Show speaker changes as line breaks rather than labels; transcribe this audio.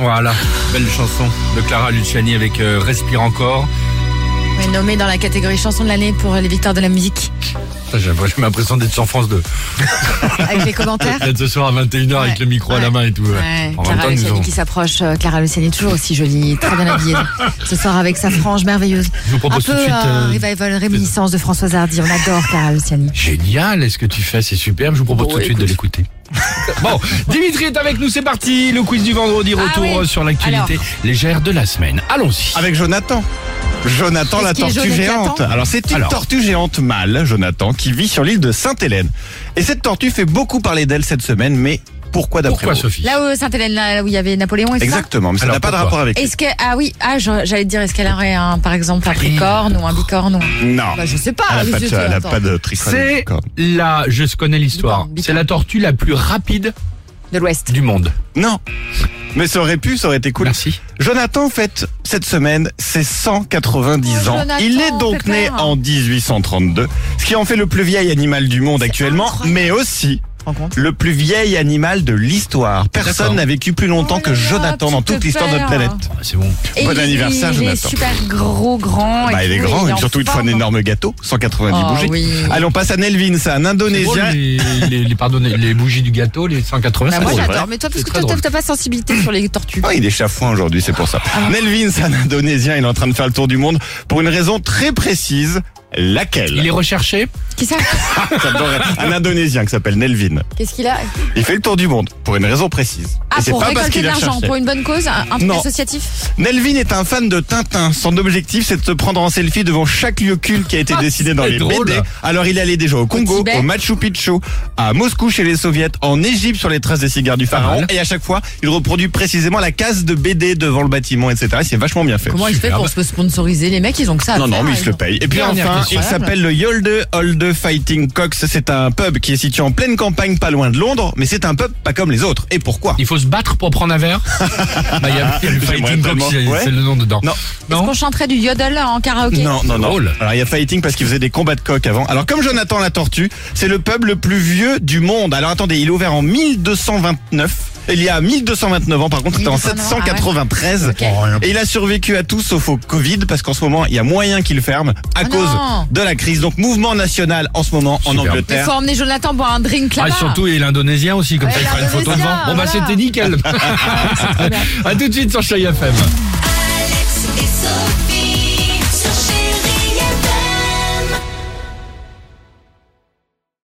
Voilà, belle chanson de Clara Luciani avec euh, Respire encore.
Ouais, nommé dans la catégorie chanson de l'année pour les victoires de la musique.
Putain, J'ai j'ai l'impression d'être sur France 2.
Avec les commentaires.
Peut-être ce soir à 21h avec
Ouais.
le micro à la
Ouais.
main et tout. ouais.
Ouais,
En même
Clara
temps, nous
Luciani
avons-
qui s'approche. euh, Clara Luciani, toujours aussi jolie, très bien habillée. Ce soir avec sa frange merveilleuse.
Je vous
Un
propose
peu
tout de suite.
euh,
euh,
revival, réminiscence de Françoise Hardy. On adore Clara Luciani.
Génial, est-ce que tu fais C'est superbe. Je vous propose tout de suite de l'écouter. bon, Dimitri est avec nous, c'est parti. Le quiz du vendredi, retour
Ah oui. Ah,
euh, sur l'actualité légère de la semaine. Allons-y.
Avec Jonathan. Jonathan,
Qu'est-ce
la
qui est jaune
tortue
et
géante.
éclatant
Alors, c'est une
Alors.
tortue géante mâle, Jonathan, qui vit sur l'île de Sainte-Hélène. Et cette tortue fait beaucoup parler d'elle cette semaine, mais pourquoi d'après
Pourquoi
vous
Sophie
Là où Sainte-Hélène, là où il y avait Napoléon et tout ça.
Exactement, mais ça
Alors,
n'a pas de
pourquoi
rapport avec.
Est-ce que ah oui ah je- j'allais te dire est-ce qu'elle aurait un par exemple un tricorne ou un bicorne ou
Non.
bah je sais pas.
Elle
je
n'a pas de,
sais-
elle a
attends.
pas de tricorne.
C'est la, je connais l'histoire.
Bicorne, bicorne.
C'est la tortue la plus rapide
de l'Ouest.
du monde.
Non. Mais ça aurait pu, ça aurait été cool.
Merci.
Jonathan fête cette semaine ses 190
Oh,
ans.
Jonathan,
Il est donc
fais
né
peur.
en 1832, ce qui en fait le plus vieil animal du monde actuellement,
incroyable.
mais aussi
Tu te rends compte
le plus vieil animal de l'histoire.
D'accord.
Personne n'a vécu plus longtemps
Oh
que
là là,
Jonathan dans
petite
toute l'histoire de notre
paire.
planète.
Ah, C'est bon.
Et
Bon
il-
anniversaire,
il
Jonathan.
est super gros grand. Oh, et
Bah, il est
tout,
grand,
il
et
en
surtout il te faut un
forme.
énorme gâteau, 190
Oh,
bougies.
oui.
Allez, on passe à Nelvin, c'est un
C'est drôle,
Indonésien.
les, les, les- pardonnez, les bougies du gâteau, les 180,
Bah,
ça,
moi
c'est
j'adore,
vrai.
mais toi parce
C'est
que
très
toi, toi,
drôle.
t'as pas de sensibilité sur les tortues.
Oh, il est chafouin aujourd'hui, c'est pour ça.
Ah.
Nelvin, c'est un Indonésien, il est en train de faire le tour du monde pour une raison très précise.
Il
Laquelle
est recherché.
Qui ça
J'adorerais. Un Indonésien qui s'appelle Nelvin.
Qu'est-ce qu'il a
Il fait le tour du monde pour une raison précise.
Ah
Et c'est
pour
pas parce
récolter
qu'il
de
est
l'argent,
recherché.
pour une bonne cause, un, un truc
Non.
associatif.
Nelvin est un fan de Tintin. Son objectif, c'est de se prendre en selfie devant chaque lieu culte qui a été
Ah,
décidé dans
c'est
les
drôle.
BD. Alors, il est allé déjà au Congo,
Tibet.
au Machu Picchu, à Moscou chez les Soviets, en Égypte sur les traces des cigares du pharaon.
mal.
Et à chaque fois, il reproduit précisément la case de BD devant le bâtiment, etc. Et C'est vachement bien fait.
Comment il fait
Superbe.
pour se sponsoriser Les mecs, ils ont que ça. à
Non, non,
faire,
mais il
ils
se le
ont-
paye. Et puis
Dernière
enfin,
question.
il s'appelle le Yolde Holde Fighting Cox. C'est un pub qui est situé en pleine campagne pas loin de Londres, mais c'est un pub pas comme les autres. Et pourquoi
Il faut se battre pour prendre un verre. Bah, Il y a, il y a le
J'aimerais
Fighting Cock,
tellement.
c'est
Ouais.
c'est le nom dedans.
Non.
Est-ce qu'on chanterait du yodel hein, en karaoké
Non, non, non.
Drôle.
Alors il y a fighting parce qu'il faisait des combats de coq avant. Alors comme Jonathan la tortue, c'est le pub le plus vieux du monde. Alors attendez, il est ouvert en 1229. Il y a 1229 ans, par contre, c'était en
1229, ah ouais.
793.
Ok.
Et il a survécu à tout sauf au Covid, parce qu'en ce moment, il y a moyen qu'il ferme à
Ah
cause
non.
de la crise. Donc, mouvement national en ce moment en
Superbe.
Mais
Angleterre.
faut emmener Jonathan boire un drink
Ah,
là-bas.
surtout, et l'Indonésien aussi, comme
Ouais,
ça, il fera une photo
l'Indonésien,
devant. Bon, bah,
voilà.
c'était nickel. à tout de suite sur Chai FM.